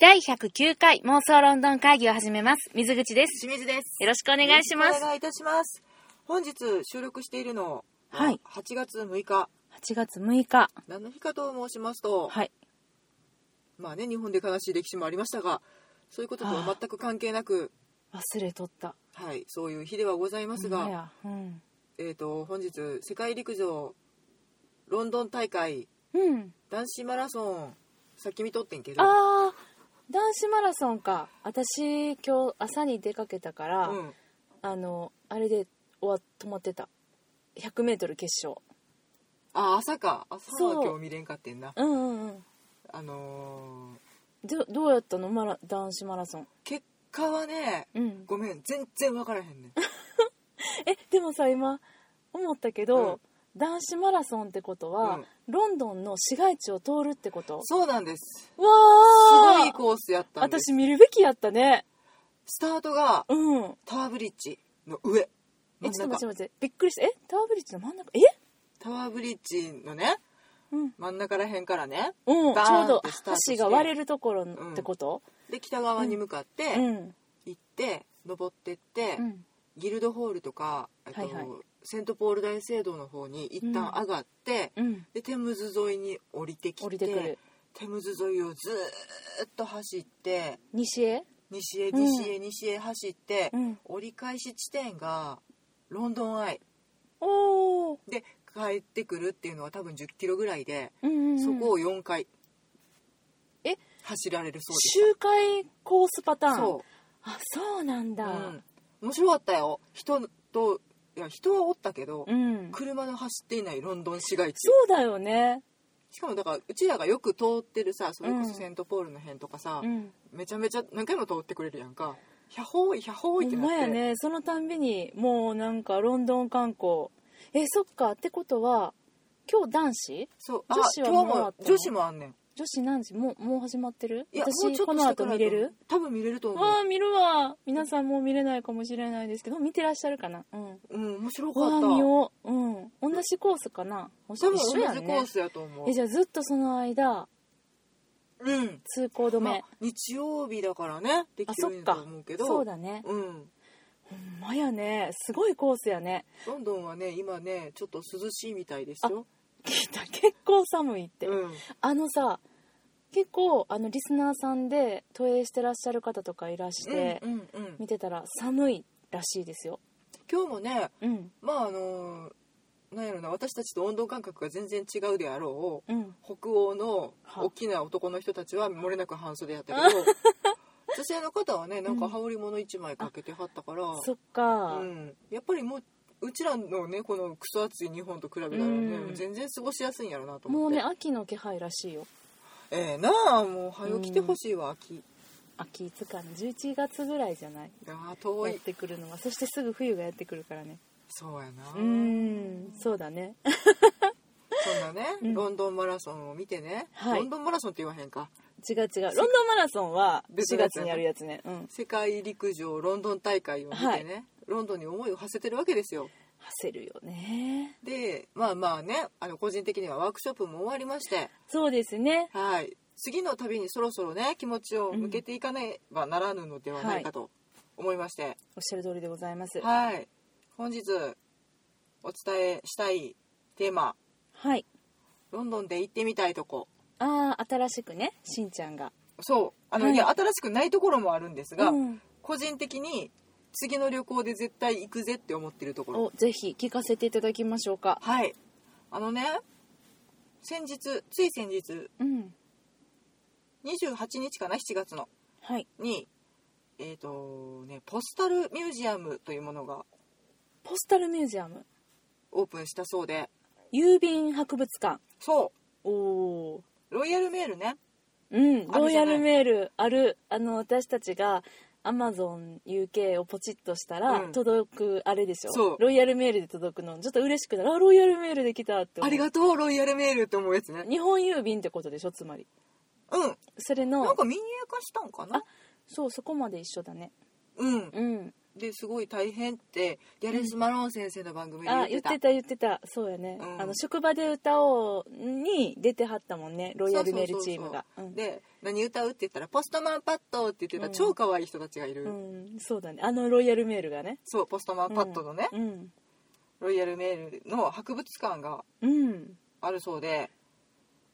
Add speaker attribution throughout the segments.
Speaker 1: 第109回妄想ロンドン会議を始めます。水口です。
Speaker 2: 清水です。
Speaker 1: よろしくお願いしま
Speaker 2: お
Speaker 1: す。
Speaker 2: 願いいたします。本日収録しているのは、
Speaker 1: はい
Speaker 2: 8月6日。
Speaker 1: 8月6日。
Speaker 2: 何の日かと申しますと、
Speaker 1: はい。
Speaker 2: まあね、日本で悲しい歴史もありましたが、そういうこととは
Speaker 1: ああ
Speaker 2: 全く関係なく、
Speaker 1: 忘れとった。
Speaker 2: はい、そういう日ではございます
Speaker 1: ほんま
Speaker 2: が、
Speaker 1: やうん。
Speaker 2: えっ、と、本日、世界陸上、ロンドン大会、
Speaker 1: うん。
Speaker 2: 男子マラソン、さっき見とってんけど、
Speaker 1: あー、男子マラソンか。私、今日朝に出かけたから、
Speaker 2: うん、
Speaker 1: あの、あれで終わっ止まってた。100メートル決勝。
Speaker 2: あ、朝か。朝
Speaker 1: そう
Speaker 2: は今日見れんかってんな。
Speaker 1: うんうんうん。
Speaker 2: あのー
Speaker 1: どどうやったのマラ男子マラソン。
Speaker 2: 結果はね、
Speaker 1: うん。
Speaker 2: ごめん、全然わからへんねん。
Speaker 1: えでもさ今思ったけど、男子マラソンってことは、
Speaker 2: うん
Speaker 1: ロンドンの市街地を通るってこと
Speaker 2: そうなんです。
Speaker 1: わあ
Speaker 2: すごいコースやったんです。
Speaker 1: 私見るべきやったね
Speaker 2: スタートが
Speaker 1: うん
Speaker 2: タワーブリッジの上。
Speaker 1: え
Speaker 2: 真ん
Speaker 1: ちょっと待って待
Speaker 2: 中。
Speaker 1: ってびっくりしたえタワーブリッジの真ん中え
Speaker 2: タワーブリッジのね、
Speaker 1: うん、
Speaker 2: 真ん中らへんからね。
Speaker 1: うん、
Speaker 2: バ
Speaker 1: ちょ
Speaker 2: ー
Speaker 1: う
Speaker 2: ン
Speaker 1: ど
Speaker 2: ってスタートして
Speaker 1: 橋が割れるところってこと
Speaker 2: で、北側に向かっ
Speaker 1: うん、
Speaker 2: て、
Speaker 1: うん
Speaker 2: 行って、登ってって、ギルドホールとか、えっと
Speaker 1: はいはい
Speaker 2: セントポール大聖堂の方に一旦上がって、
Speaker 1: うん、
Speaker 2: で、テムズ沿いに降りてき
Speaker 1: 降り
Speaker 2: て、
Speaker 1: てくる
Speaker 2: テムズ沿いをずーっと走って、
Speaker 1: 西へ
Speaker 2: 西へ
Speaker 1: うん
Speaker 2: 西へ西へ走って、
Speaker 1: うん
Speaker 2: 折り返し地点がロンドンアイ。
Speaker 1: おお、
Speaker 2: で帰ってくるっていうのは多分1 0キロぐらいで、
Speaker 1: うんうんうん、
Speaker 2: そこを4回
Speaker 1: え
Speaker 2: 走られるそうです
Speaker 1: 周回コースパターン
Speaker 2: そ
Speaker 1: あそうなん
Speaker 2: う、う
Speaker 1: だ
Speaker 2: ん、面白かったよ人といや人はおったけど、
Speaker 1: うん、
Speaker 2: 車の走っていないロンドン市街地
Speaker 1: そうだよね
Speaker 2: しかもだからうちらがよく通ってるさそれこ
Speaker 1: うん
Speaker 2: そセントポールの辺とかさ、
Speaker 1: うん
Speaker 2: めちゃめちゃ何回も通ってくれるやんか「百歩い百歩い」って
Speaker 1: ほんま
Speaker 2: なっ
Speaker 1: や
Speaker 2: て、
Speaker 1: ねそのたんびにもうなんかロンドン観光えそっかってことは今日男子
Speaker 2: そう
Speaker 1: 女
Speaker 2: あ
Speaker 1: 子は
Speaker 2: 今日
Speaker 1: もうあっ
Speaker 2: も
Speaker 1: たの
Speaker 2: 女子もあんねん
Speaker 1: 女子何時もうもう始まってる
Speaker 2: いやもう
Speaker 1: 私
Speaker 2: ちょっ
Speaker 1: ことの
Speaker 2: したく
Speaker 1: 後
Speaker 2: ら
Speaker 1: 見
Speaker 2: いだ
Speaker 1: れ
Speaker 2: と思う
Speaker 1: る
Speaker 2: 多分見れると思
Speaker 1: わあ見るわ皆さんもう見れないかもしれないですけど見てらっしゃるかなうん
Speaker 2: ううん面白か
Speaker 1: わ
Speaker 2: っ
Speaker 1: あ
Speaker 2: た
Speaker 1: 見
Speaker 2: 多
Speaker 1: よううん同じコースかなおし
Speaker 2: 分同
Speaker 1: 一緒や
Speaker 2: じコ
Speaker 1: ね
Speaker 2: ースやと思う
Speaker 1: えじゃあずっとその間
Speaker 2: うん
Speaker 1: 通行止
Speaker 2: ま
Speaker 1: め
Speaker 2: あ、日曜日だからねでき
Speaker 1: あ
Speaker 2: て
Speaker 1: そ
Speaker 2: る
Speaker 1: っ
Speaker 2: んだ
Speaker 1: か
Speaker 2: と思うけど
Speaker 1: そうだね
Speaker 2: うん、
Speaker 1: ほんまやねすごいコースやね
Speaker 2: ロンドンはね今ねちょっと涼しいみたいですよ、
Speaker 1: 聞いた結構寒いって
Speaker 2: うん、
Speaker 1: あのさ結構あのリスナーさんで投影してらっしゃる方とかいらして、
Speaker 2: うんうんうん
Speaker 1: 見てたら寒いらしいですよ。
Speaker 2: 今日もね
Speaker 1: うん
Speaker 2: まああのーなんやろな私たちと温度感覚が全然違うであろう
Speaker 1: うん、
Speaker 2: 北欧の
Speaker 1: は
Speaker 2: 大きな男の人たちは漏れなく半袖やった けど女性の方はねなんか羽織物一枚かけてはったから、
Speaker 1: そっか、
Speaker 2: うん、やっぱりもううちらのねこのクソ暑い日本と比べたらね、
Speaker 1: うん
Speaker 2: 全然過ごしやすいんやろなと
Speaker 1: も
Speaker 2: 思
Speaker 1: う
Speaker 2: って
Speaker 1: ね秋の気配らしいよ
Speaker 2: ええなあもう早う来てほしいわ秋
Speaker 1: 秋いつかね11月ぐらいじゃない
Speaker 2: ああ
Speaker 1: や
Speaker 2: 遠
Speaker 1: っ
Speaker 2: い
Speaker 1: てくるのはそしてすぐ冬がやってくるからね
Speaker 2: そうやな
Speaker 1: うーんそうだ ね
Speaker 2: そんなね、
Speaker 1: うん
Speaker 2: ロンドンマラソンを見てね、
Speaker 1: はい
Speaker 2: ロンドンマラソンって言わへんか
Speaker 1: 違う違うロンドンマラソンは
Speaker 2: 別
Speaker 1: 4
Speaker 2: のやつ
Speaker 1: 月にやるやつねうん
Speaker 2: 世界陸上ロンドン大会を見てね、
Speaker 1: はい
Speaker 2: ロンドンに思いを馳せてるわけですよ
Speaker 1: 焦るよね
Speaker 2: でまあまあねあの個人的にはワークショップも終わりまして
Speaker 1: そうですね
Speaker 2: はい次の旅にそろそろね気持ちを向けていかねばならぬのではないかと思いまして、
Speaker 1: おっしゃる通りでございます
Speaker 2: はい、本日お伝えしたいテーマ
Speaker 1: はい
Speaker 2: ロンドンで行ってみたいとこ
Speaker 1: ああ新しくねしんちゃんが
Speaker 2: そうあの、
Speaker 1: はい
Speaker 2: い、や新しくないところもあるんですが、
Speaker 1: うん
Speaker 2: 個人的に次の旅行で絶対行くぜって思ってるところ
Speaker 1: おぜひ聞かせていただきましょうか
Speaker 2: はいあのね先日つい先日
Speaker 1: うん
Speaker 2: 28日かな7月の
Speaker 1: はい
Speaker 2: にえっ、とねポスタルミュージアムというものが
Speaker 1: ポスタルミュージアム
Speaker 2: オープンしたそうで
Speaker 1: 郵便博物館
Speaker 2: そ
Speaker 1: おお
Speaker 2: うロイヤルメールね
Speaker 1: うん
Speaker 2: あ
Speaker 1: ロ
Speaker 2: る
Speaker 1: イ
Speaker 2: じゃ
Speaker 1: ヤ
Speaker 2: ない
Speaker 1: ルメールあるあの私たちが AmazonUK をポチッとしたら、
Speaker 2: うん
Speaker 1: 届くあれでしょ
Speaker 2: そう
Speaker 1: ロイヤルメールで届くのちょっと嬉しくなるあロイヤルメールできたって
Speaker 2: あり
Speaker 1: う
Speaker 2: がとうロイヤルメールって思うやつね
Speaker 1: 日本郵便ってことでしょつまり
Speaker 2: うん
Speaker 1: それ
Speaker 2: なん
Speaker 1: の
Speaker 2: か民営化したんかな
Speaker 1: そうそこまで一緒だね
Speaker 2: うん
Speaker 1: うん
Speaker 2: ですごい大変ってギャレス・マローン先生の番組で言
Speaker 1: あ
Speaker 2: っ
Speaker 1: 言っ
Speaker 2: て,、
Speaker 1: たてた言ってたそうやね、
Speaker 2: うん
Speaker 1: あの職場で歌おうに出てはったもんねロイヤルメールチームが
Speaker 2: そうそうそうそうで何歌うって言ったら「ポストマンパッド」って言ってた超可愛い人たちがいる、
Speaker 1: うん、うん、そうだねあのロイヤルメールがね
Speaker 2: そうポストマンパッドのね、
Speaker 1: うん
Speaker 2: ロイヤルメールの博物館が
Speaker 1: うん
Speaker 2: あるそうで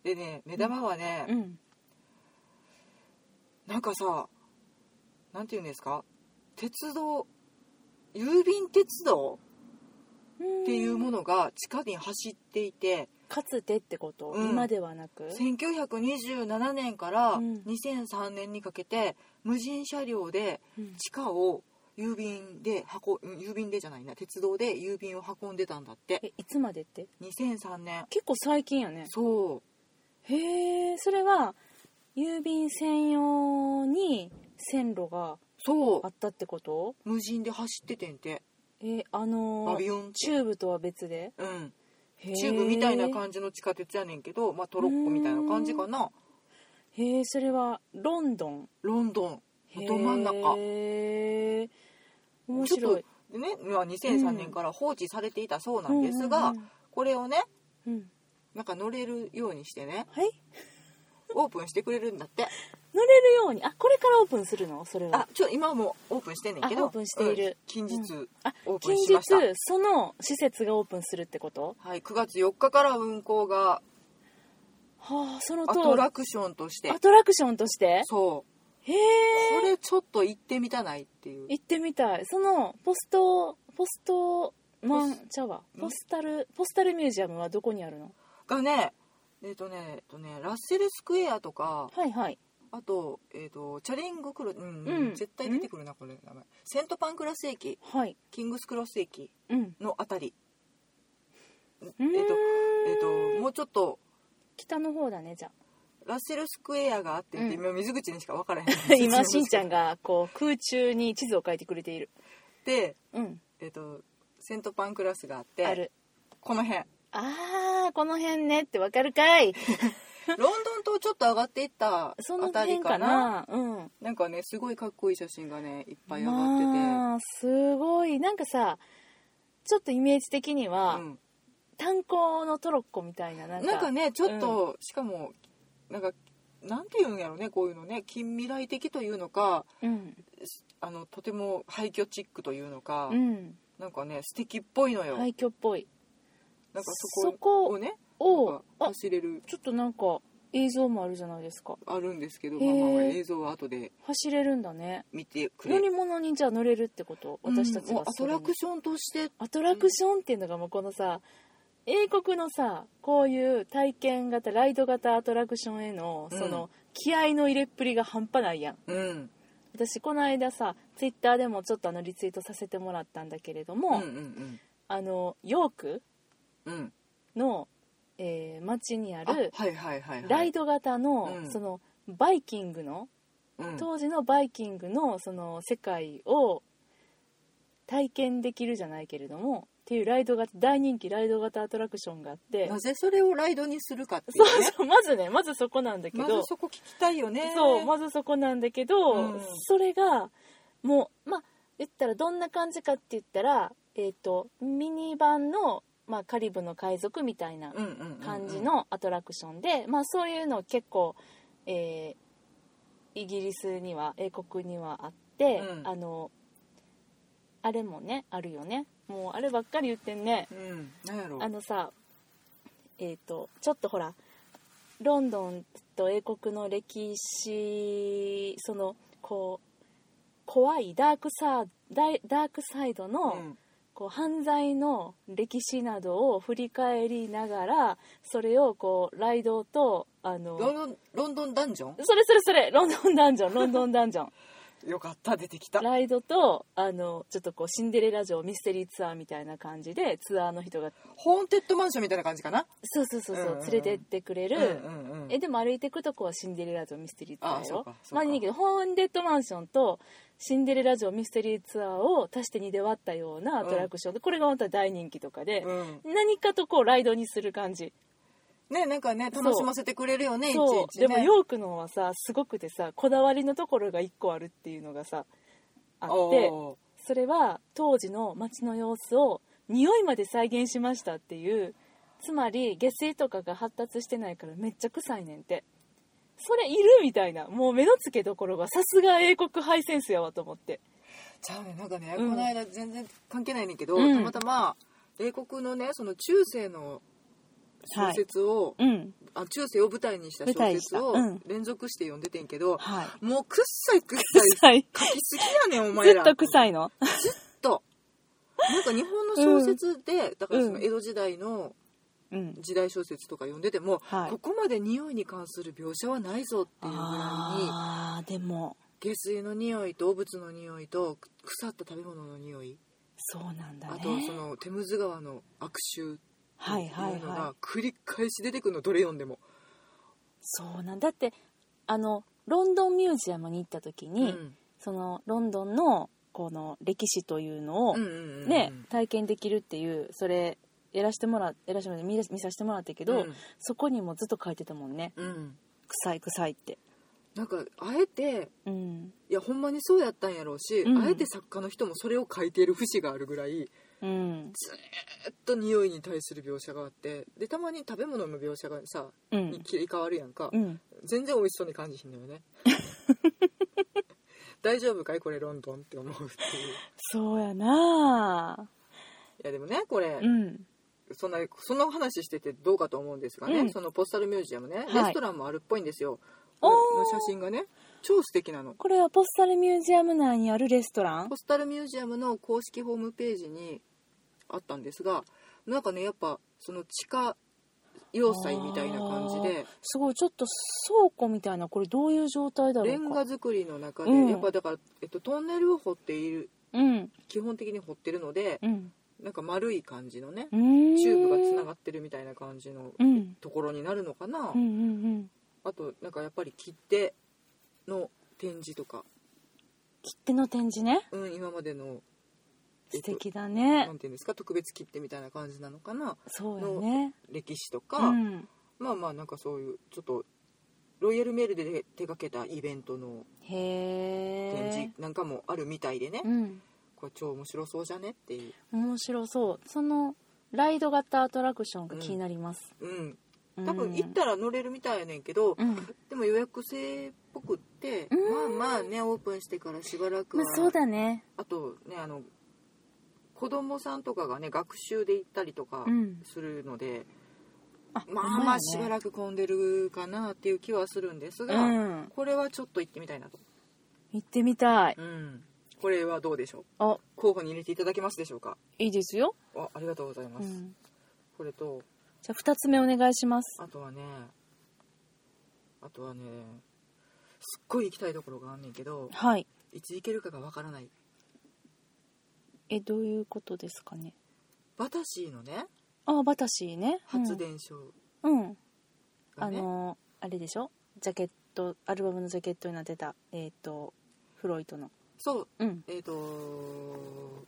Speaker 2: でね目玉はね、
Speaker 1: うん
Speaker 2: なんかさなんていうんですか鉄道郵便鉄道
Speaker 1: っ
Speaker 2: っていうものが地下に走っていて、
Speaker 1: かつてってこと、
Speaker 2: うん
Speaker 1: 今ではなく
Speaker 2: 1927年から
Speaker 1: うん
Speaker 2: 2003年にかけて無人車両で
Speaker 1: うん
Speaker 2: 地下を郵便で運うん郵便でじゃないな鉄道で郵便を運んでたんだって
Speaker 1: えいつまでって
Speaker 2: 2003年
Speaker 1: 結構最近やね
Speaker 2: そう
Speaker 1: へえそれは郵便専用に線路が
Speaker 2: そう
Speaker 1: あったってこと
Speaker 2: 無人で走っててんて
Speaker 1: えあの
Speaker 2: バビ
Speaker 1: ー
Speaker 2: ヨン
Speaker 1: チューブとは別で
Speaker 2: うんチューブみたいな感じの地下鉄やねんけど、まあ、トロッコみたいな感じかな
Speaker 1: じへえそれはロンドン
Speaker 2: ロンドンのど真ん中
Speaker 1: へえ面
Speaker 2: ちょ
Speaker 1: 白
Speaker 2: っ
Speaker 1: い
Speaker 2: とね、まあ、2003年から放置されていたそうなんですが、
Speaker 1: うんうん
Speaker 2: これをね
Speaker 1: うん
Speaker 2: なんか乗れるようにしてね
Speaker 1: はい
Speaker 2: オープンしてくれるんだって
Speaker 1: 乗れるようにあこれからオープンするのそれは
Speaker 2: あちょ今はもうオープンしてんねんけど
Speaker 1: あオープンしている
Speaker 2: うん近日、
Speaker 1: あ
Speaker 2: オープ
Speaker 1: 近
Speaker 2: ンし
Speaker 1: 日
Speaker 2: ました
Speaker 1: その施設がオープンするってこと
Speaker 2: はい、9月4日から運行が
Speaker 1: はあその
Speaker 2: ア
Speaker 1: と
Speaker 2: トラクションとして
Speaker 1: アトラクションとして
Speaker 2: そう
Speaker 1: へ
Speaker 2: こ
Speaker 1: え
Speaker 2: れちょっと行ってみたないっていう
Speaker 1: 行ってみたいそのポストポストマンちゃうわ
Speaker 2: ん
Speaker 1: ポスタルポスタルミュージアムはどこにあるの
Speaker 2: がねえっ、とねえっとねラッセルスクエアとか
Speaker 1: はいはい
Speaker 2: あと,、えー、とチャリンゴクロ、うん
Speaker 1: うん
Speaker 2: 絶対出てくるなこれ名前セントパンクラス駅
Speaker 1: はい
Speaker 2: キングスクロス駅
Speaker 1: うん
Speaker 2: のあたりえっ、
Speaker 1: うーん
Speaker 2: と,、えー、ともうちょっと
Speaker 1: 北の方だね じゃ
Speaker 2: ラッセルスクエアがあってって、
Speaker 1: うん
Speaker 2: 今水口にしか分からへん
Speaker 1: あ 今しんちゃん
Speaker 2: が
Speaker 1: がこう空中に地図を書いてくれている
Speaker 2: で、
Speaker 1: うん
Speaker 2: えー、とセントパンクラスがあって
Speaker 1: ある
Speaker 2: この 辺
Speaker 1: あーこの辺ねってわかるかい
Speaker 2: ロンドンとちょっと上がっていったあ
Speaker 1: その
Speaker 2: たり
Speaker 1: 辺か
Speaker 2: か
Speaker 1: な
Speaker 2: な
Speaker 1: うん
Speaker 2: なんかねすごいかっこいい写真がねいっぱい上がってて、
Speaker 1: まあすごいなんかさちょっとイメージ的には、
Speaker 2: うん
Speaker 1: 炭鉱のトロッコみたいななんか
Speaker 2: なんかねちょっと、しかもなんかなんていうんやろねこういうのね近未来的というのか
Speaker 1: うん
Speaker 2: あのとても廃墟チックというのか、
Speaker 1: うん
Speaker 2: なんかね素敵っぽいのよ、
Speaker 1: 廃墟っぽい
Speaker 2: なんかそ
Speaker 1: そ
Speaker 2: こ
Speaker 1: こ
Speaker 2: をねなん
Speaker 1: お
Speaker 2: か
Speaker 1: あ
Speaker 2: 走れる
Speaker 1: ちょっとなんか映像もあるじゃないですか
Speaker 2: あるんですけど、
Speaker 1: へー
Speaker 2: まあまあまあ映像は後で
Speaker 1: 走れるんだね
Speaker 2: 見てくれ
Speaker 1: 乗り物にじゃあ乗れるってこと私たち
Speaker 2: うんも
Speaker 1: が
Speaker 2: うアトラク
Speaker 1: シ
Speaker 2: ションとして
Speaker 1: ョンアトラクションっていうのがもうこのさ英国のさこういう体験型ライド型アトラクションへの
Speaker 2: うん
Speaker 1: その、気合の入れっぷりが半端ないやん
Speaker 2: うん
Speaker 1: 私この間さツイッターでもちょっとあのリツイートさせてもらったんだけれど
Speaker 2: うん
Speaker 1: も、
Speaker 2: うん
Speaker 1: あのヨーク
Speaker 2: うんうん
Speaker 1: の、えー町にあ
Speaker 2: あはい
Speaker 1: る
Speaker 2: はいはいはい
Speaker 1: ライド型の、
Speaker 2: うん
Speaker 1: そのバイキングの
Speaker 2: うん
Speaker 1: 当時のバイキングのその世界を体験できるじゃないけれどもっていうライド型大人気ライド型アトラクションがあって
Speaker 2: なぜそれをライドにするかってい
Speaker 1: そうう
Speaker 2: ね
Speaker 1: そう まずねまずそこなんだけ
Speaker 2: ま
Speaker 1: ど
Speaker 2: ずそこ聞きたいよね
Speaker 1: そうまずそこなんだけど、
Speaker 2: うん
Speaker 1: それがもうまあ言ったらどんな感じかって言ったらえっ、とミニ版の、まあ、カリブの海賊みたいな
Speaker 2: うんうんうんうん
Speaker 1: 感じのアトラクションで、まあ、そういうの結構、えーイギリスには英国にはあって、
Speaker 2: うん
Speaker 1: あのあれもねあるよねもうあればっかり言ってんね
Speaker 2: うんなんやろ
Speaker 1: あのさえっ、とちょっとほらロンドンと英国の歴史そのこう怖いダークサダイダークサイドの、
Speaker 2: うん
Speaker 1: こう犯罪の歴史などを振り返りながらそれをこうライドとあ
Speaker 2: ロン
Speaker 1: の
Speaker 2: ドンロンドンダンジョ
Speaker 1: それそれそれロンドンダンジョンロンドンダンジ ョン
Speaker 2: ンよかった出てきた
Speaker 1: ライドとあのちょっとこうシンデレラ城ミステリーツアーみたいな感じでツアーの人が
Speaker 2: ホーンテッドマンションみたいな感じかな
Speaker 1: そうそうそうそううん
Speaker 2: うんうん
Speaker 1: 連れてってくれ
Speaker 2: う
Speaker 1: る、
Speaker 2: んうんうん
Speaker 1: えでも歩いていくとこはシンデレラ城ミステリーツア
Speaker 2: あ
Speaker 1: ー
Speaker 2: そう
Speaker 1: よ
Speaker 2: かそうか
Speaker 1: まあいいけどホーンデッドマンションとシンデレラ城ミステリーツアーを足して2で割ったようなアトラクションで、これがまた大人気とかで、
Speaker 2: うん
Speaker 1: 何かとこうライドにする感じ
Speaker 2: ねなんかね楽しませてくれるよねいちい
Speaker 1: そう、
Speaker 2: ちね
Speaker 1: でもヨークのはさすごくてさこだわりのところが1個あるっていうのがさあっ
Speaker 2: お
Speaker 1: て
Speaker 2: ー
Speaker 1: それは当時の街の様子を匂いまで再現しましたっていうつまり下水とかが発達してないからめっちゃ臭いねんってそれいるみたいなもう目の付けどころがさすが英国ハイセンスやわと思って
Speaker 2: じゃあねなんかね、
Speaker 1: うん
Speaker 2: この間全然関係ないねんけど、
Speaker 1: うん
Speaker 2: たまたま英国のねその中世の小説を、
Speaker 1: うん
Speaker 2: あ中世を舞台にした小説を
Speaker 1: 舞台にした
Speaker 2: 連続して読んでてんけど、
Speaker 1: はい
Speaker 2: もうくっさいくっさい
Speaker 1: 臭い
Speaker 2: 書きすぎやねんお前
Speaker 1: ず
Speaker 2: ら
Speaker 1: っと臭い の
Speaker 2: となんか日本の小説で、だからその
Speaker 1: うん
Speaker 2: 江戸時代の
Speaker 1: うん
Speaker 2: 時代小説とか読んでても、
Speaker 1: はい
Speaker 2: ここまで匂いに関する描写はないぞっていうぐらいに
Speaker 1: あーでも
Speaker 2: 下水の匂いと汚物の匂いとく腐った食べ物の匂い
Speaker 1: そうなんだ
Speaker 2: あ
Speaker 1: ね
Speaker 2: とそのテムズ川の悪臭っ
Speaker 1: は
Speaker 2: てい
Speaker 1: いはいう
Speaker 2: の
Speaker 1: は
Speaker 2: が繰り返し出てくるのどれ読んでも、
Speaker 1: いそうなんだってあのロンドンミュージアムに行った時
Speaker 2: うん
Speaker 1: に、そのロンドンのこの歴史というのを
Speaker 2: うんうんうんうん
Speaker 1: ね、体験できるっていうそれやらしてもらやらしてもら見ら見させてもらったけど、
Speaker 2: うん
Speaker 1: そこにもずっと書いてたもんね
Speaker 2: うん
Speaker 1: 臭い臭いって
Speaker 2: なんかあえて
Speaker 1: うん
Speaker 2: いやほんまにそうやったんやろうし、
Speaker 1: うん
Speaker 2: あえて作家の人もそれを書いている節があるぐらい
Speaker 1: うん
Speaker 2: ずっと匂いに対する描写があってでたまに食べ物の描写がさ
Speaker 1: う
Speaker 2: に
Speaker 1: ん
Speaker 2: 切り替わるやんか、
Speaker 1: うん
Speaker 2: 全然美味しそうに感じひんの よね大丈夫かいこれロンドンって思うっていう
Speaker 1: そうやない
Speaker 2: やでもねこれ、
Speaker 1: あうん
Speaker 2: そんなその話しててどうかと思うんですがね、
Speaker 1: うん
Speaker 2: そのポスタルミュージアムね、
Speaker 1: い
Speaker 2: レストランもあるっぽいんですよ
Speaker 1: おー
Speaker 2: の写真がね超素敵なの
Speaker 1: これはポスタルミュージアム内にあるレストラン
Speaker 2: ポスタルミュージアムの公式ホームページにあったんですがなんかねやっぱその地下要塞みたいな感じです
Speaker 1: ごいちょっと倉庫みたいなこれどういう状態だろ
Speaker 2: レ
Speaker 1: う
Speaker 2: ン
Speaker 1: か
Speaker 2: ガ作りの中で、
Speaker 1: うん
Speaker 2: やっぱだから、えっと、トンネルを掘っている
Speaker 1: うん
Speaker 2: 基本的に掘ってるので
Speaker 1: うん
Speaker 2: なんか丸い感じのね
Speaker 1: うーん
Speaker 2: チューブがつながってるみたいな感じの
Speaker 1: うん
Speaker 2: ところになるのかな、
Speaker 1: うんうんうん
Speaker 2: あとなんかやっぱり切手の展示とか、
Speaker 1: 切手の展示ね
Speaker 2: うん、今までのえっ
Speaker 1: 素
Speaker 2: と
Speaker 1: 敵だね、
Speaker 2: なんていうんですか特別切手みたいな感じなのかな
Speaker 1: そうやね
Speaker 2: 歴史と
Speaker 1: う
Speaker 2: か、
Speaker 1: ん
Speaker 2: まあまあなんかそういうちょっとロイヤルメールで手掛けたイベントの
Speaker 1: へえ
Speaker 2: 展示なんかもあるみたいでね、
Speaker 1: うん
Speaker 2: これ超面白そうじゃねっていう
Speaker 1: 面白そうそのライド型アトラクションが気になります、
Speaker 2: うん
Speaker 1: うん、
Speaker 2: 多分行ったら乗れるみたいやねんけど、
Speaker 1: うん、
Speaker 2: でも予約制っぽくって、
Speaker 1: うん
Speaker 2: まあまあねオープンしてからしばらく
Speaker 1: ま
Speaker 2: は
Speaker 1: あ、そうだね
Speaker 2: あとねあの子供さんとかがね学習で行ったりとか
Speaker 1: うん
Speaker 2: するので、
Speaker 1: あ
Speaker 2: まあまあしばらく混んでるかなっていう気はするんです
Speaker 1: くう
Speaker 2: が、
Speaker 1: ん
Speaker 2: これはちょっと行ってみたいなと、
Speaker 1: 行ってみたい
Speaker 2: うん、これはどうでしょう
Speaker 1: あ
Speaker 2: 候補に入れていただけますでしょうか
Speaker 1: いいですよ、
Speaker 2: あありがとうございま
Speaker 1: う
Speaker 2: す、
Speaker 1: ん、
Speaker 2: これと
Speaker 1: じゃあ2つ目お願いします
Speaker 2: あとはねあとはねすっごい行きたいところがあんねんけど
Speaker 1: はい
Speaker 2: いつ行けるかがわからない
Speaker 1: えどういうことですかね
Speaker 2: バタシーのね
Speaker 1: あバタシーね
Speaker 2: 発電所
Speaker 1: うん、うん
Speaker 2: が
Speaker 1: あ
Speaker 2: ね、
Speaker 1: のーあれでしょジャケットアルバムのジャケットになってたえっ、とフロイトの
Speaker 2: そう
Speaker 1: うん
Speaker 2: えっ、と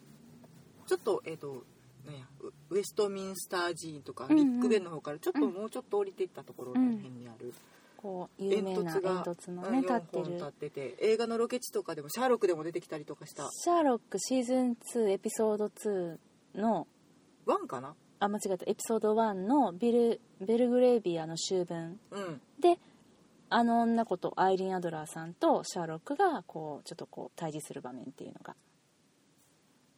Speaker 2: ちょっとえっ、となんやウウェストミンスター寺院とか
Speaker 1: うん
Speaker 2: ビ
Speaker 1: うん
Speaker 2: ッグベンの方からちょっと
Speaker 1: うん
Speaker 2: もうちょっと降りていったところら辺にある、
Speaker 1: こう有名な煙突のね
Speaker 2: うん
Speaker 1: 立
Speaker 2: 4
Speaker 1: って
Speaker 2: 本
Speaker 1: る
Speaker 2: 立ってて映画のロケ地とかでもシャーロックでも出てきたりとかした
Speaker 1: シャーロックシーズン2エピソード2の
Speaker 2: ワンかな
Speaker 1: あ間違えたエピソード1のビルベルグレービアの終文
Speaker 2: うん
Speaker 1: であの女ことアイリン・アドラーさんとシャーロックがこうちょっとこう対峙する場面っていうのが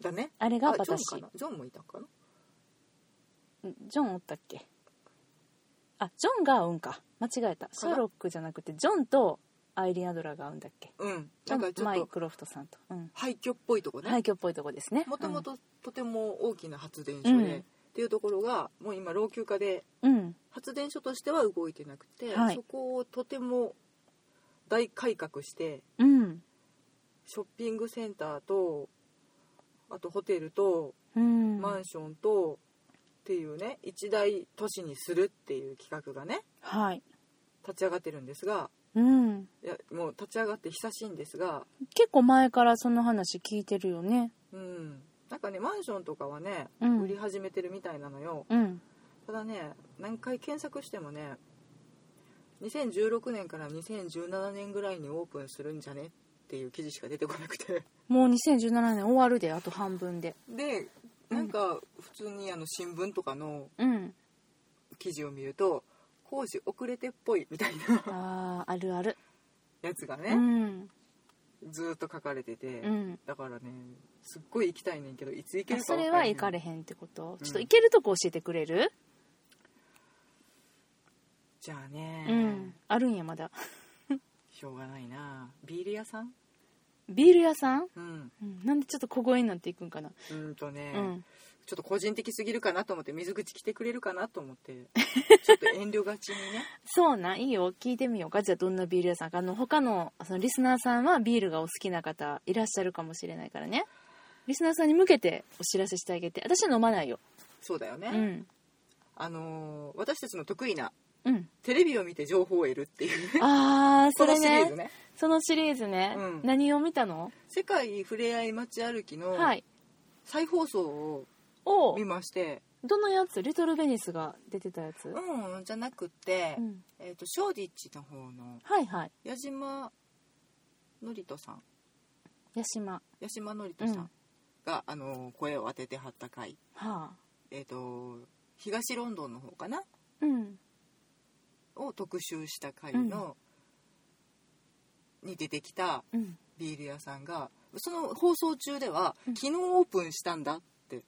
Speaker 2: だね
Speaker 1: あれが
Speaker 2: あジョン
Speaker 1: 私
Speaker 2: かなジョンもいたんかな
Speaker 1: ジョンおったっけあジョンが合うんか間違えたシャーロックじゃなくてジョンとアイリン・アドラーが合うんだっけ
Speaker 2: うん
Speaker 1: ジョ
Speaker 2: なん
Speaker 1: ン
Speaker 2: かちょっ
Speaker 1: マイ・
Speaker 2: と
Speaker 1: クロフトさんと、うん、
Speaker 2: 廃墟っぽいとこ
Speaker 1: 廃
Speaker 2: ね
Speaker 1: 墟っぽいとこですね
Speaker 2: もともととても大きな発電所で、
Speaker 1: うん
Speaker 2: っていうところがもう今老朽化で
Speaker 1: うん、うん
Speaker 2: 発電所としては動いてなくて、
Speaker 1: はい
Speaker 2: そこをとても大改革して
Speaker 1: うん
Speaker 2: ショッピングセンターとあとホテルと
Speaker 1: うん
Speaker 2: マンションと、っていうね一大都市にするっていう企画がね
Speaker 1: はい、
Speaker 2: 立ち上がってるんですが
Speaker 1: うん、
Speaker 2: いやもう立ち上がって久しいんですが、
Speaker 1: 結構前からその話聞いてるよね
Speaker 2: うん、なんかねマンションとかはね、
Speaker 1: うん
Speaker 2: 売り始めてるみたいなのよ
Speaker 1: うん
Speaker 2: ただね何回検索してもね2016年から2017年ぐらいにオープンするんじゃねっっていう記事しか出てこなくて
Speaker 1: もう2017年終わるであと半分で
Speaker 2: でなんか普通にあの新聞とかの
Speaker 1: うん
Speaker 2: 記事を見ると工事遅れてっぽいみたいな
Speaker 1: あーあるある
Speaker 2: やつが
Speaker 1: う
Speaker 2: ね、
Speaker 1: ん
Speaker 2: ずーっと書かれてて、
Speaker 1: うん
Speaker 2: だからねすっごい行きたいねんけどいつ行けるか
Speaker 1: それは
Speaker 2: わんない
Speaker 1: 行かれへんってこと、
Speaker 2: うん
Speaker 1: ちょっと行けるとこ教えてくれる
Speaker 2: じゃあ
Speaker 1: う
Speaker 2: ね
Speaker 1: ん、あるんやまだ
Speaker 2: しょうがないなビール屋さん
Speaker 1: ビール屋さん、
Speaker 2: うん
Speaker 1: うん、なんでちょっと小声になっていくんかな、
Speaker 2: うーんとね、
Speaker 1: うん
Speaker 2: ちょっと個人的すぎるかなと思って水口来てくれるかなと思って ちょっと遠慮がちにね
Speaker 1: そうなんいいよ聞いてみようかじゃあどんなビール屋さんかあの他のそのリスナーさんはビールがお好きな方いらっしゃるかもしれないからねリスナーさんに向けてお知らせしてあげて私は飲まないよ
Speaker 2: そうだよね、
Speaker 1: うん
Speaker 2: あのー私たちの得意な
Speaker 1: うん
Speaker 2: テレビを見て情報を得るっていうね
Speaker 1: あー そ
Speaker 2: こ
Speaker 1: れ
Speaker 2: のシリー
Speaker 1: ね
Speaker 2: ズね
Speaker 1: そのシリーズね、
Speaker 2: うん
Speaker 1: 何を見たの、
Speaker 2: 「世界ふれあい街歩き」の
Speaker 1: はい
Speaker 2: 再放送を
Speaker 1: お
Speaker 2: 見まして、
Speaker 1: どのやつリトルベニスが出てたやつ、
Speaker 2: うんじゃなくて、
Speaker 1: うん
Speaker 2: えー、とショーディッチの方の
Speaker 1: はいはい
Speaker 2: 矢島のりとさん
Speaker 1: 八島は
Speaker 2: 八島のりとさ
Speaker 1: うん
Speaker 2: んが、あのー声を当ててはった回
Speaker 1: あ
Speaker 2: えっ、と東ロンドンの方かな
Speaker 1: うん
Speaker 2: を特集した回の、に出てきた
Speaker 1: うん
Speaker 2: ビール屋さんがその放送中では、
Speaker 1: うん
Speaker 2: 昨日オープンしたんだって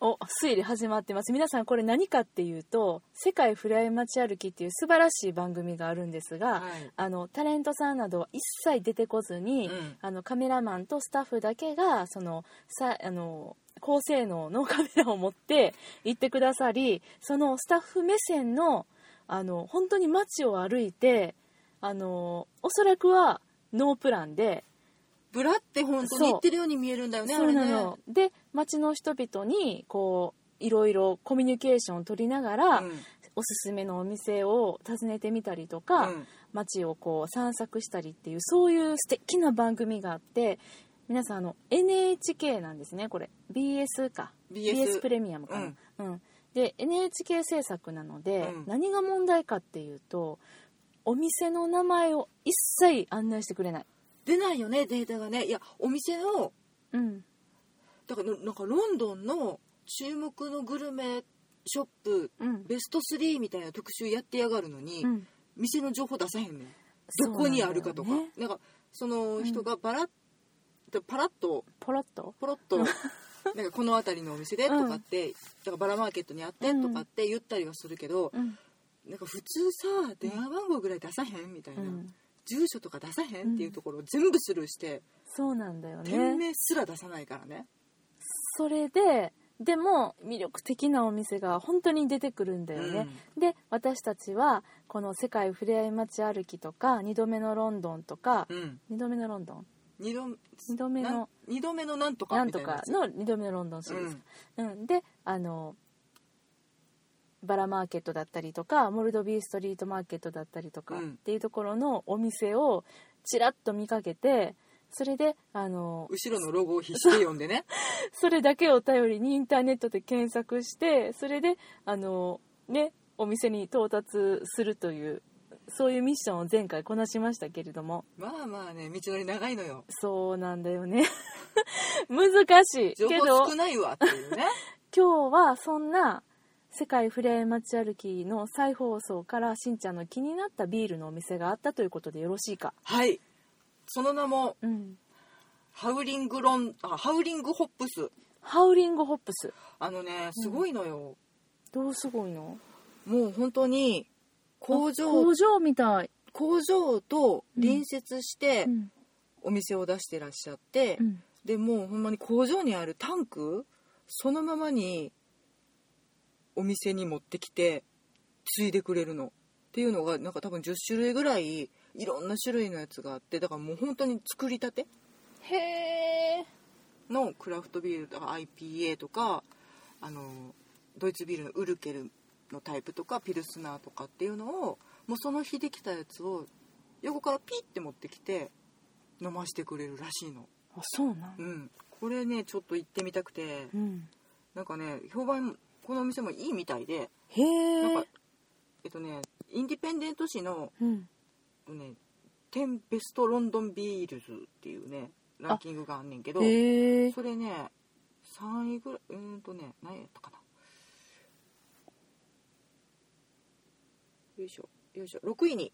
Speaker 1: お推理始まってます皆さんこれ何かっていうと「世界ふれあい街歩き」っていう素晴らしい番組があるんですが、
Speaker 2: はい
Speaker 1: あのタレントさんなどは一切出てこずに、
Speaker 2: うん
Speaker 1: あのカメラマンとスタッフだけがそのさあの高性能のカメラを持って行ってくださりそのスタッフ目線のあの本当に街を歩いてあのおそらくはノープランで
Speaker 2: ブラって本当に言ってるように見えるんだよねあ
Speaker 1: そう
Speaker 2: れ
Speaker 1: な
Speaker 2: ね
Speaker 1: の、で町の人々にこういろいろコミュニケーションを取りながら、
Speaker 2: うん
Speaker 1: おすすめのお店を訪ねてみたりとか、
Speaker 2: うん
Speaker 1: 街をこう散策したりっていうそういう素敵な番組があって皆さんあの NHK なんですねこれ BS か
Speaker 2: BS
Speaker 1: プレミアムかな、うんで NHK 制作なので、
Speaker 2: うん
Speaker 1: 何が問題かっていうとお店の名前を一切案内してくれない、
Speaker 2: 出ないよねデータがねいやお店の
Speaker 1: うん、
Speaker 2: だからなんかロンドンの注目のグルメショップ
Speaker 1: うん
Speaker 2: ベスト3みたいな特集やってやがるのに、
Speaker 1: うん
Speaker 2: 店の情報出さへんねんどこにあるかとか
Speaker 1: そう
Speaker 2: な,、
Speaker 1: なんんだよね
Speaker 2: かその人がバラッとパラッと
Speaker 1: ポロッと
Speaker 2: ポロッと なんかこの辺りのお店でとかって、だからバラマーケットにあってとかって言ったりはするけど、
Speaker 1: うん
Speaker 2: なんか普通さ電話番号ぐらい出さへんみたいな、
Speaker 1: うん
Speaker 2: 住所とか出さへんっていうところを全部スルーして、
Speaker 1: そうなんだよ
Speaker 2: 店
Speaker 1: ね
Speaker 2: 名すら出さないからね
Speaker 1: それででも魅力的なお店が本当に出てくるんだよね、で私たちはこの「世界ふれあい街歩き」とか「二度目のロンドン」とか
Speaker 2: うん、うん
Speaker 1: 「二度目のロンドン」
Speaker 2: 二度
Speaker 1: 「二度目
Speaker 2: なん
Speaker 1: の
Speaker 2: 二度目のなんとか
Speaker 1: なん
Speaker 2: みた
Speaker 1: と
Speaker 2: いなや
Speaker 1: か」
Speaker 2: つ
Speaker 1: の「二度目のロンドン」シリーズ、うんであのバラマーケットだったりとかモルドビーストリートマーケットだったりとか
Speaker 2: う
Speaker 1: っ
Speaker 2: ん
Speaker 1: ていうところのお店をちらっと見かけてそれであの
Speaker 2: 後ろのロゴを必死で読んでね
Speaker 1: それだけを頼りにインターネットで検索してそれであのねお店に到達するというそういうミッションを前回こなしましたけれども
Speaker 2: まあまあね道のり長いのよ
Speaker 1: そうなんだよね 難しい
Speaker 2: 情
Speaker 1: け
Speaker 2: 報
Speaker 1: ど
Speaker 2: 少ないわっていう ね
Speaker 1: 今日はそんな「世界ふれあい街歩き」の再放送からしんちゃんの気になったビールのお店があったということでよろしいか
Speaker 2: はいその名も
Speaker 1: うん
Speaker 2: ハウリングロンあハウリングホップス
Speaker 1: ハウリングホップス
Speaker 2: あのねすごいのよ、
Speaker 1: どうすごいの
Speaker 2: もう本当に工
Speaker 1: あ
Speaker 2: 場
Speaker 1: 工場みたい、
Speaker 2: 工場と隣接して
Speaker 1: うん
Speaker 2: お店を出してらっしゃって、
Speaker 1: うん
Speaker 2: でもうほんまに工場にあるタンクそのままにお店に持ってきてついでくれるのっていうのがなんか多分10種類ぐらいいろんな種類のやつがあってだからもう本当に作りたて
Speaker 1: へえ
Speaker 2: のクラフトビールとか IPA とかあのドイツビールのウルケルのタイプとかピルスナーとかっていうのをもうその日できたやつを横からピッて持ってきて飲ましてくれるらしいの
Speaker 1: あそうなん
Speaker 2: う
Speaker 1: だ
Speaker 2: んこれねちょっと行ってみたくて
Speaker 1: うん
Speaker 2: なんかね評判このお店もいいみたいで
Speaker 1: へえ
Speaker 2: なんかえっとねインディペンデント誌の、
Speaker 1: うん
Speaker 2: ね、 10ベストロンドンビールズっていうねランキングがあんねんけど
Speaker 1: へえ
Speaker 2: それね3位ぐらいうーんとね何位やったかなよいしょよいしょ6位に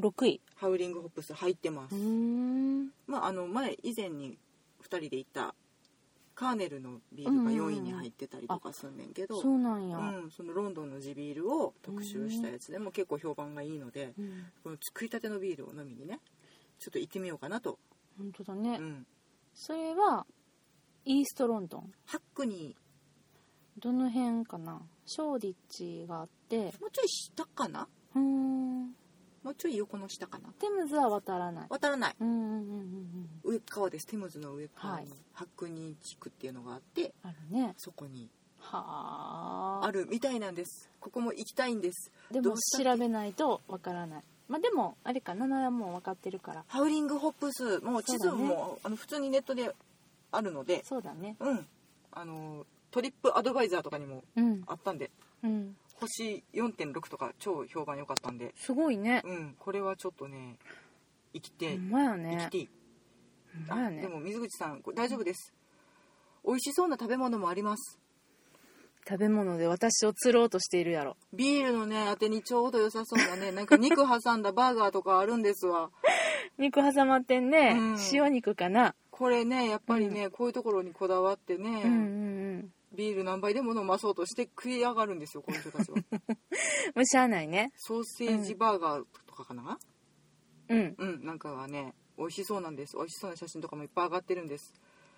Speaker 1: 6位
Speaker 2: ハウリングホップス入ってます、
Speaker 1: ん
Speaker 2: まああの前以前に2人で行ったカーネルのビールが4位に入ってたりとかすんねんけど、
Speaker 1: そうなんや、
Speaker 2: うん、そのロンドンの地ビールを特集したやつでもう結構評判がいいので
Speaker 1: うん
Speaker 2: この作りたてのビールを飲みにねちょっと行ってみようかなと、
Speaker 1: 本当だ
Speaker 2: う
Speaker 1: ね、
Speaker 2: ん、
Speaker 1: それはイーストロンドン
Speaker 2: ハックに
Speaker 1: どの辺かなショーディッチがあって
Speaker 2: もうちょい下かな
Speaker 1: うーん
Speaker 2: もうちょい横の下かな
Speaker 1: テムズは渡らない
Speaker 2: 渡らない
Speaker 1: うんうんうんうんうん
Speaker 2: 上川ですテムズの上川に、
Speaker 1: はい
Speaker 2: ハックニー地区っていうのがあって
Speaker 1: あるね
Speaker 2: そこに
Speaker 1: はあ
Speaker 2: あるみたいなんですここも行きたいんです
Speaker 1: で
Speaker 2: ど
Speaker 1: も
Speaker 2: うしたっけ
Speaker 1: 調べないとわからないまあでもあれかなはもう分かってるから
Speaker 2: ハウリングホップスもう地図
Speaker 1: そうだ
Speaker 2: もあの普通にネットであるので
Speaker 1: そうだね
Speaker 2: うんあのトリップアドバイザーとかにも
Speaker 1: うん
Speaker 2: あったんで
Speaker 1: うん
Speaker 2: 星4.6とか超評判良かったんです
Speaker 1: ごいね
Speaker 2: うんこれはちょっとね生きて、
Speaker 1: ほんまや
Speaker 2: 生
Speaker 1: ね
Speaker 2: きていい、
Speaker 1: ほんまや
Speaker 2: で
Speaker 1: ね
Speaker 2: も水口さんこれ大丈夫です美味しそうな食べ物もあります
Speaker 1: 食べ物で私を釣ろうとしているやろ
Speaker 2: ビールのね当てにちょうど良さそう なねなんか肉挟んだバーガーとかあるんですわ
Speaker 1: 肉挟まってんね、
Speaker 2: うん
Speaker 1: 塩肉かな
Speaker 2: これねやっぱりね、こういうところにこだわってね、
Speaker 1: うんうんうん
Speaker 2: ビール何杯でも飲まそうとして食い上がるんですよこの人 たちは
Speaker 1: もうしゃあないね
Speaker 2: ソーセージバーガーとかかな
Speaker 1: うん
Speaker 2: うん、なんかはね美味しそうなんです美味しそうな写真とかもいっぱい上がってるんです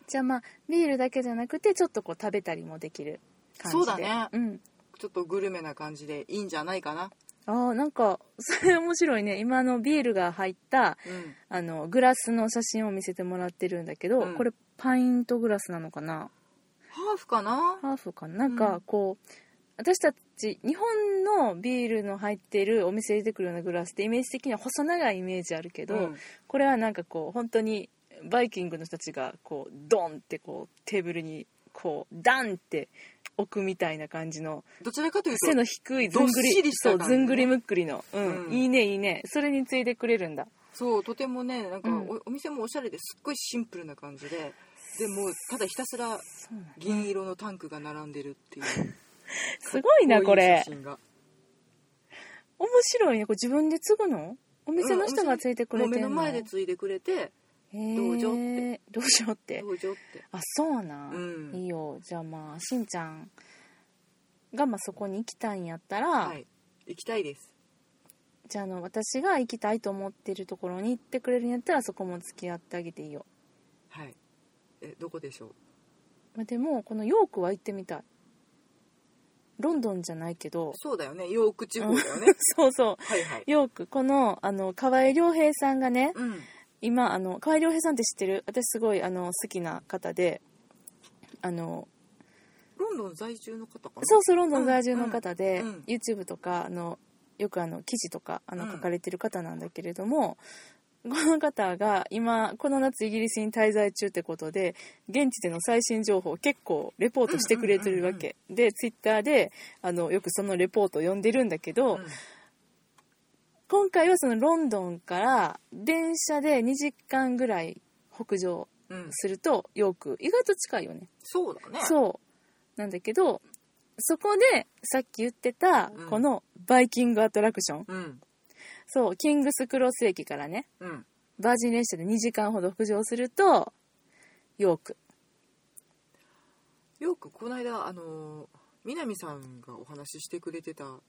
Speaker 1: じゃあまあビールだけじゃなくてちょっとこう食べたりもできる感じで
Speaker 2: そうだね
Speaker 1: うん
Speaker 2: ちょっとグルメな感じでいいんじゃないかな
Speaker 1: あーなんか それ面白いね今あのビールが入った
Speaker 2: うん
Speaker 1: あのグラスの写真を見せてもらってるんだけど、
Speaker 2: うん
Speaker 1: これパイントグラスなのかな
Speaker 2: ハーフかな
Speaker 1: ハーフかななんかこう、私たち日本のビールの入ってるお店に出てくるようなグラスってイメージ的には細長いイメージあるけど、
Speaker 2: うん
Speaker 1: これはなんかこう本当にバイキングの人たちがこうドンってこうテーブルにこうダンって置くみたいな感じの
Speaker 2: どちらかというと
Speaker 1: 背の低いずんぐ
Speaker 2: どっしり
Speaker 1: り
Speaker 2: した
Speaker 1: そ
Speaker 2: 感
Speaker 1: う
Speaker 2: じね
Speaker 1: ずんぐりむっくりの、うん
Speaker 2: うん
Speaker 1: いいねいいねそれについてくれるんだ
Speaker 2: そうとてもねなんかお,、
Speaker 1: うん
Speaker 2: お店もおしゃれですっごいシンプルな感じででもうただひたすら
Speaker 1: そうなん
Speaker 2: 銀色のタンクが並んでるっていう
Speaker 1: すごいなこれ
Speaker 2: ういう写真が
Speaker 1: 面白いねこれ自分で継ぐのお店の人がついてくれて
Speaker 2: もう目
Speaker 1: る
Speaker 2: の
Speaker 1: の、
Speaker 2: 前でついでくれて
Speaker 1: へー
Speaker 2: どうぞって
Speaker 1: どうしようって
Speaker 2: どうぞって
Speaker 1: あそうな、
Speaker 2: うん
Speaker 1: いいよじゃあまあしんちゃんがまあそこに行きたいんやったら、
Speaker 2: はい行きたいです
Speaker 1: じゃああの私が行きたいと思ってるところに行ってくれるんやったらそこも付き合ってあげていいよ、
Speaker 2: はいえどこでしょう
Speaker 1: まあ、でもこのヨークは行ってみたいロンドンじゃないけど
Speaker 2: そうだよねヨーク地方だよ ね
Speaker 1: そうそう
Speaker 2: はいはい
Speaker 1: ヨークこのあの河合良平さんがね
Speaker 2: うん
Speaker 1: 今あの河合良平さんって知ってる私すごいあの好きな方であの
Speaker 2: ロンドン在住の方かな
Speaker 1: そうそうロンドン在住の方で、
Speaker 2: うんうん
Speaker 1: YouTube とかあのよくあの記事とかあ
Speaker 2: う
Speaker 1: の
Speaker 2: ん
Speaker 1: 書かれてる方なんだけれども、この方が今この夏イギリスに滞在中ってことで現地での最新情報を結構レポートしてくれてるわけ、で Twitter であのよくそのレポートを読んでるんだけど、
Speaker 2: うん
Speaker 1: 今回はそのロンドンから電車で2時間ぐらい北上
Speaker 2: うん、
Speaker 1: するとヨーク意外と近いよね。
Speaker 2: そうだね
Speaker 1: そうなんだけどそこでさっき言ってた
Speaker 2: うん
Speaker 1: このバイキングアトラクション、
Speaker 2: うん
Speaker 1: そうキングスクロス駅からね
Speaker 2: うん
Speaker 1: バージン列車で2時間ほど北上するとヨーク
Speaker 2: よくこの間あのー南さんがお話ししてくれてた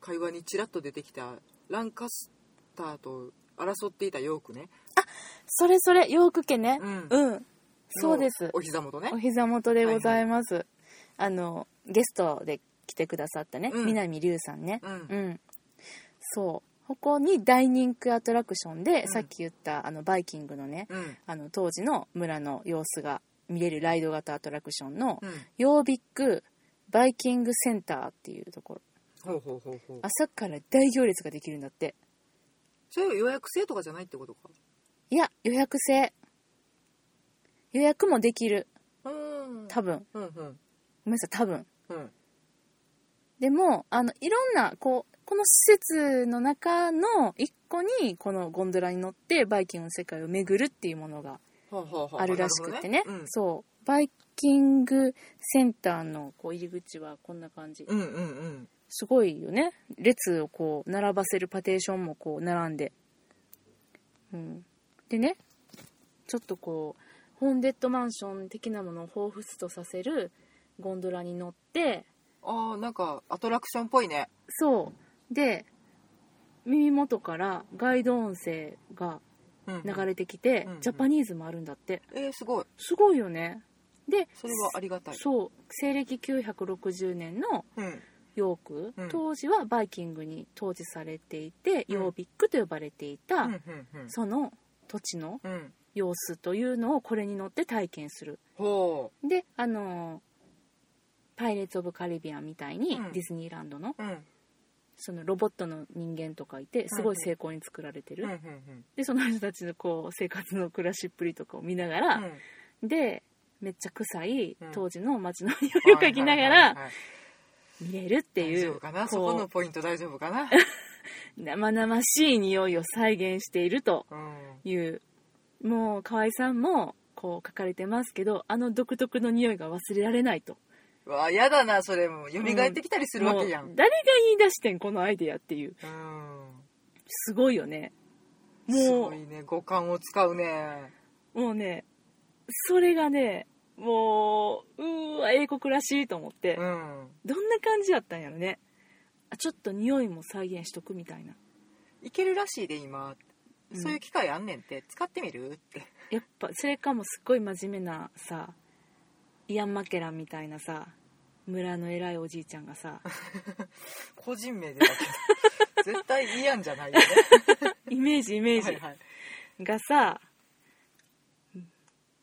Speaker 2: 会話にちらっと出てきたランカスターと争っていたヨークね、
Speaker 1: それそれヨーク家ね
Speaker 2: うん
Speaker 1: うん、そうです
Speaker 2: お膝元ね
Speaker 1: お膝元でございます、あのゲストで来てくださったね、
Speaker 2: うん
Speaker 1: 南龍さんね
Speaker 2: うん
Speaker 1: うん、そうここに大人気アトラクションで、
Speaker 2: うん
Speaker 1: さっき言ったあのバイキングのね、
Speaker 2: うん
Speaker 1: あの当時の村の様子が見れるライド型アトラクションの、
Speaker 2: うん
Speaker 1: ヨービックバイキングセンターっていうところ
Speaker 2: ほうほうほうほう
Speaker 1: 朝から大行列ができるんだって
Speaker 2: それは予約制とかじゃないってことか
Speaker 1: いや予約制予約もできる
Speaker 2: うん
Speaker 1: 多分
Speaker 2: うんうん
Speaker 1: ごめんなさい多分
Speaker 2: うん
Speaker 1: でもあのいろんなこうこの施設の中の一個にこのゴンドラに乗ってバイキングの世界を巡るっていうものが
Speaker 2: はあはあはあ
Speaker 1: あるらしくってね
Speaker 2: なるほどうん
Speaker 1: そうバイキングセンターのこう入り口はこんな感じ、
Speaker 2: うんうんうん
Speaker 1: すごいよね列をこう並ばせるパテーションもこう並んで、うん、でねちょっとこうホーンデッドマンション的なものを彷彿とさせるゴンドラに乗って
Speaker 2: ああなんかアトラクションっぽいね
Speaker 1: そうで耳元からガイド音声が
Speaker 2: うんうん
Speaker 1: 流れてきて、
Speaker 2: うんうん
Speaker 1: ジャパニーズもあるんだって
Speaker 2: えー、すごい
Speaker 1: すごいよねで
Speaker 2: それはありがたい
Speaker 1: そう西暦960年の
Speaker 2: うん
Speaker 1: ヨーク、
Speaker 2: うん
Speaker 1: 当時はバイキングに統治されていて、
Speaker 2: うん
Speaker 1: ヨービックと呼ばれていた、
Speaker 2: うんうんうん
Speaker 1: その土地の
Speaker 2: うん
Speaker 1: 様子というのをこれに乗って体験する
Speaker 2: ほ
Speaker 1: であのーパイレーツ・オブ・カリビアンみたいに、
Speaker 2: うん
Speaker 1: ディズニーランドの
Speaker 2: ううんうん
Speaker 1: そのロボットの人間とかいてすごい精巧に作られてる、
Speaker 2: うんうん
Speaker 1: でその人たちのこう生活の暮らしっぷりとかを見ながら、
Speaker 2: うん
Speaker 1: でめっちゃ臭い
Speaker 2: うん
Speaker 1: 当時の街の匂いを嗅ぎなが
Speaker 2: はいは
Speaker 1: ら
Speaker 2: いはいはい
Speaker 1: 見れるってい
Speaker 2: 大丈
Speaker 1: う
Speaker 2: 夫かなそこの
Speaker 1: こ
Speaker 2: ポイント大丈夫 かな
Speaker 1: う生々しい匂いを再現していると
Speaker 2: うん
Speaker 1: いうもう河合さんもこう書かれてますけどあの独特の匂いが忘れられないと
Speaker 2: うわやだなそれも蘇ってきたりするわけじゃ
Speaker 1: もうん誰が言い出してんこのアイデアっていう
Speaker 2: うん
Speaker 1: すごいよね
Speaker 2: す
Speaker 1: も
Speaker 2: ごいね五感を使うね
Speaker 1: うもうねそれがねもううーわ英国らしいと思って、
Speaker 2: うん
Speaker 1: どんな感じやったんやろねあちょっと匂いも再現しとくみたいない
Speaker 2: けるらしいで今
Speaker 1: うん
Speaker 2: そういう機会あんねんって使ってみるって
Speaker 1: やっぱそれかもすっごい真面目なさイアン・マケランみたいなさ村の偉いおじいちゃんが さ
Speaker 2: 個人名でだ けど絶対イアンじゃないよね
Speaker 1: イメージイメー
Speaker 2: はい
Speaker 1: ジ
Speaker 2: はい
Speaker 1: がさ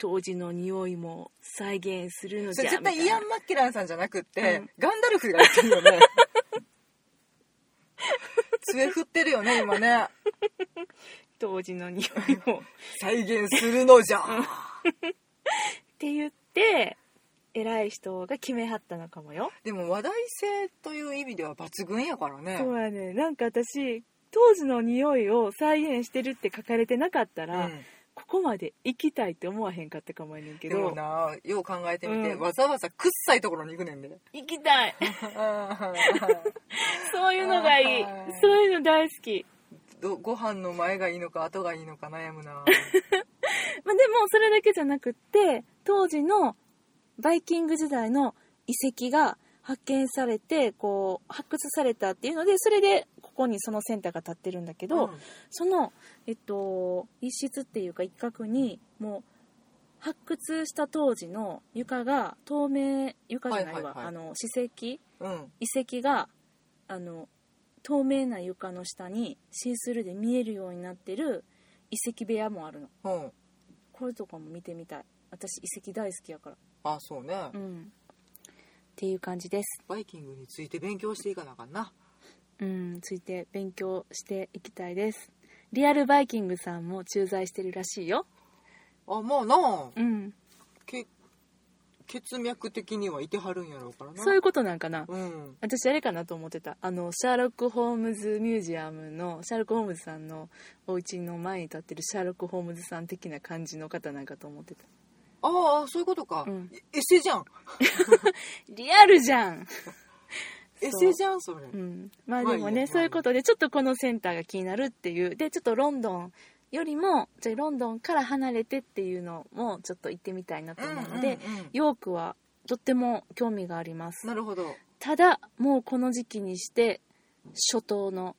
Speaker 1: 当時の匂いも再現するの
Speaker 2: そ
Speaker 1: じ
Speaker 2: れ
Speaker 1: ゃ
Speaker 2: 絶対
Speaker 1: みたい
Speaker 2: イ
Speaker 1: な
Speaker 2: アン・マッケランさんじゃなくって、
Speaker 1: うん
Speaker 2: ガンダルフが言ってるよ ね杖振ってるよね今ね
Speaker 1: 当時の匂い もっ
Speaker 2: 再現するのじゃ
Speaker 1: て言って偉い人が決めはったのかもよ、
Speaker 2: でも話題性という意味では抜群やからね
Speaker 1: そうやねなんか私当時の匂いを再現してるって書かれてなかったら、
Speaker 2: うん
Speaker 1: ここまで行きたいって思わへんかったかもやねんけ
Speaker 2: でも
Speaker 1: ど
Speaker 2: なよう考えてみて、
Speaker 1: うん
Speaker 2: わざわざくっさいところに行くねんで
Speaker 1: 行きたいそういうのがいい
Speaker 2: はい
Speaker 1: そういうの大好き、
Speaker 2: どご飯の前がいいのか後がいいのか悩むな
Speaker 1: まあ、でもそれだけじゃなくって当時のバイキング時代の遺跡が発見されてこう発掘されたっていうのでそれでここにそのセンターが立ってるんだけど、
Speaker 2: うん
Speaker 1: その、えっと、一室っていうか一角にもう発掘した当時の床が透明床じゃないわ、
Speaker 2: はいはいはい
Speaker 1: あの史跡
Speaker 2: うん
Speaker 1: 遺跡があの透明な床の下にシースルーで見えるようになってる遺跡部屋もあるの
Speaker 2: うん
Speaker 1: これとかも見てみたい私遺跡大好きやから
Speaker 2: あそうね、
Speaker 1: うんっていう感じです
Speaker 2: バイキングについて勉強していかなあかんな
Speaker 1: うんついて勉強していきたいですリアルバイキングさんも駐在してるらしいよ
Speaker 2: あまあなあ
Speaker 1: うん
Speaker 2: け血脈的にはいてはるんやろうからな
Speaker 1: そういうことなんかな
Speaker 2: うん
Speaker 1: 私あれかなと思ってたあのシャーロック・ホームズミュージアムのシャーロック・ホームズさんのお家の前に立ってるシャーロック・ホームズさん的な感じの方なんかと思ってた
Speaker 2: ああそういうことか、
Speaker 1: うん
Speaker 2: えエセじゃん
Speaker 1: リアルじゃん、
Speaker 2: エセじゃんそれ、
Speaker 1: うん、まあで
Speaker 2: ま
Speaker 1: も
Speaker 2: あいい
Speaker 1: ね
Speaker 2: よ
Speaker 1: そういうことでちょっとこのセンターが気になるっていうでちょっとロンドンよりもじゃあロンドンから離れてっていうのもちょっと行ってみたいなと思うので、
Speaker 2: うんうんうん
Speaker 1: ヨークはとっても興味があります
Speaker 2: なるほど
Speaker 1: ただもうこの時期にして初冬の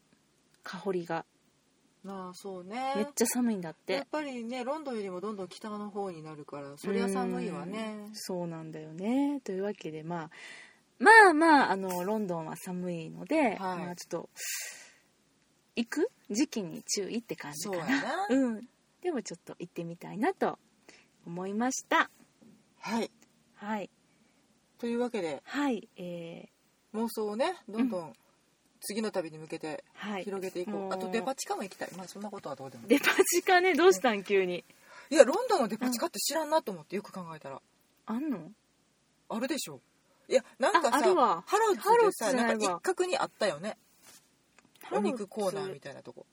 Speaker 1: 香りが
Speaker 2: なあそう
Speaker 1: めっ
Speaker 2: ね
Speaker 1: ちゃ寒いんだっ
Speaker 2: や
Speaker 1: て
Speaker 2: っぱりねロンドンよりもどんどん北の方になるからそりゃ寒いわね
Speaker 1: うんそうなんだよねというわけでまあまあまああのロンドンは寒いので、まあちょっと行く時期に注意って感じ
Speaker 2: そ
Speaker 1: か
Speaker 2: うや
Speaker 1: な
Speaker 2: な
Speaker 1: うんでもちょっと行ってみたいなと思いました
Speaker 2: はい
Speaker 1: はい
Speaker 2: というわけで
Speaker 1: はいえ
Speaker 2: 妄想をねどんどん次の旅に向けて
Speaker 1: ー、はい
Speaker 2: 広げていこう、
Speaker 1: もう
Speaker 2: あとデパ地下も行きたいまあそんなことはどうでも
Speaker 1: デパ地下ねどうしたん急に
Speaker 2: いやロンドンのデパ地下って知らんなと思ってよく考えたら
Speaker 1: あんの
Speaker 2: あるでしょいやなんかさ
Speaker 1: ああるわ
Speaker 2: ハロッズで
Speaker 1: ハロッズ
Speaker 2: さ
Speaker 1: じゃ
Speaker 2: な
Speaker 1: ないわ
Speaker 2: んか一角にあったよね
Speaker 1: ハ
Speaker 2: お
Speaker 1: ウス
Speaker 2: 肉コーナーみたいなとこ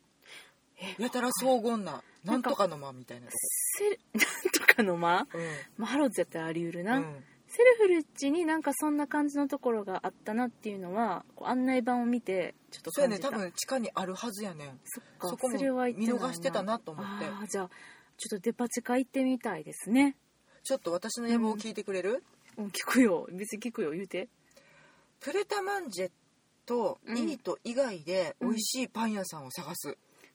Speaker 1: え
Speaker 2: やたら荘厳ななんとかの間みたいなと
Speaker 1: セル なんとかの間、
Speaker 2: こ
Speaker 1: まあ、ハローズやったらあり得る
Speaker 2: うん
Speaker 1: な、
Speaker 2: うん
Speaker 1: セルフルチになんかそんな感じのところがあったなっていうのはこう案内板を見てちょっと
Speaker 2: そうや
Speaker 1: 感
Speaker 2: ね
Speaker 1: じた
Speaker 2: 多分地下にあるはずやねん
Speaker 1: そっか
Speaker 2: そこも
Speaker 1: それは行って
Speaker 2: 見
Speaker 1: ない
Speaker 2: 逃してたなと思って
Speaker 1: あーじゃあちょっとデパ地下行ってみたいですね
Speaker 2: ちょっと私の野望を聞いてくれる、
Speaker 1: うん聞くよ別に聞くよ言うて
Speaker 2: プレタマンジェとイ
Speaker 1: うん
Speaker 2: ート以外で美味しいパン屋さんを探すっ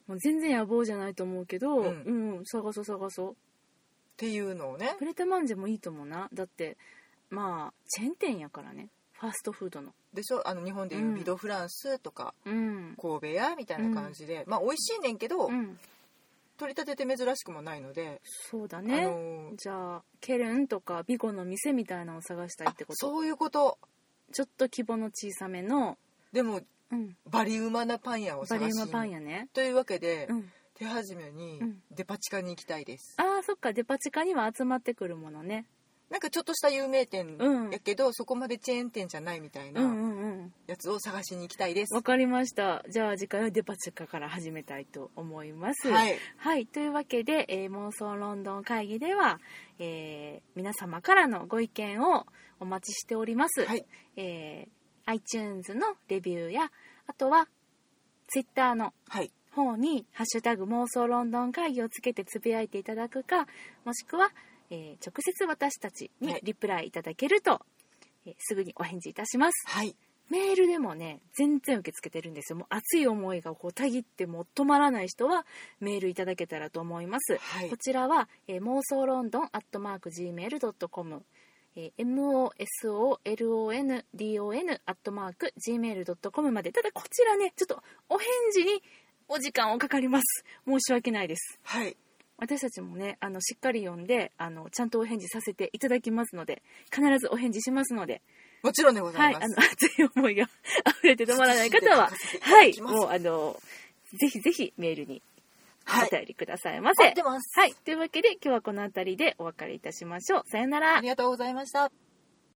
Speaker 1: もう全然野望じゃないと思うけど、
Speaker 2: う
Speaker 1: うんん探そう探そう
Speaker 2: ていうのをね
Speaker 1: プレタマンジェもいいと思うなだってまあチェーン店やからねファーストフードの
Speaker 2: でしょあの日本でいううんミドフランスとか
Speaker 1: うん、
Speaker 2: 神戸屋みたいな感じで、まあ美味しいねんけど、
Speaker 1: うん、
Speaker 2: 取り立てて珍しくもないので、
Speaker 1: そうだ
Speaker 2: あ
Speaker 1: ね、
Speaker 2: のー
Speaker 1: じゃあケルンとかビゴの店みたいなのを探したいってこ
Speaker 2: あ
Speaker 1: と
Speaker 2: そういうこと
Speaker 1: ちょっと規模の小さめの、
Speaker 2: でも
Speaker 1: うん、
Speaker 2: バリウマなパン屋を
Speaker 1: バ
Speaker 2: 探
Speaker 1: リウ
Speaker 2: し
Speaker 1: マ
Speaker 2: に
Speaker 1: パン屋ね、
Speaker 2: というわけで、
Speaker 1: うん、
Speaker 2: 手始めに
Speaker 1: うん
Speaker 2: デパ地下に行きたいです、
Speaker 1: あーそっかデパ地下には集まってくるものね
Speaker 2: なんかちょっとした有名店
Speaker 1: うん
Speaker 2: やけど、そこまでチェーン店じゃないみたい
Speaker 1: うん
Speaker 2: な
Speaker 1: うんうん
Speaker 2: やつを探しに行きたいです、
Speaker 1: わかりましたじゃあ次回はデパ地下から始めたいと思います
Speaker 2: はい
Speaker 1: はい、というわけで、えー妄想ロンドン会議では、えー皆様からのご意見をお待ちしております、
Speaker 2: はい
Speaker 1: えー iTunes のレビューやあとは Twitter の
Speaker 2: はい
Speaker 1: 方に「ハッシュタグ妄想ロンドン会議」をつけてつぶやいていただくかもしくは、えー直接私たちにリプライいただけると、えーすぐにお返事いたします
Speaker 2: はい
Speaker 1: メールでもね全然受け付けてるんですよもう熱い思いがこうたぎってもう止まらない人はメールいただけたらと思います、
Speaker 2: はい
Speaker 1: こちらは、えー妄想ロンドンアットマーク Gmail.com えー MOSOLONDON アットマーク Gmail.com までただこちらねちょっとお返事にお時間をかかります申し訳ないです
Speaker 2: はい
Speaker 1: 私たちもねあのしっかり読んであのちゃんとお返事させていただきますので必ずお返事しますので
Speaker 2: もちろんでござ
Speaker 1: はいい、
Speaker 2: ます、
Speaker 1: あの、 熱い思いが溢れて止まらない方は
Speaker 2: 少しずつ、
Speaker 1: は
Speaker 2: 行
Speaker 1: い、
Speaker 2: きます
Speaker 1: もうあの、ぜひぜひメールに
Speaker 2: はい
Speaker 1: お便りくださいませ。
Speaker 2: 待ってます
Speaker 1: はい、というわけで今日はこの辺りでお別れいたしましょう。さよなら
Speaker 2: あり。がとうございました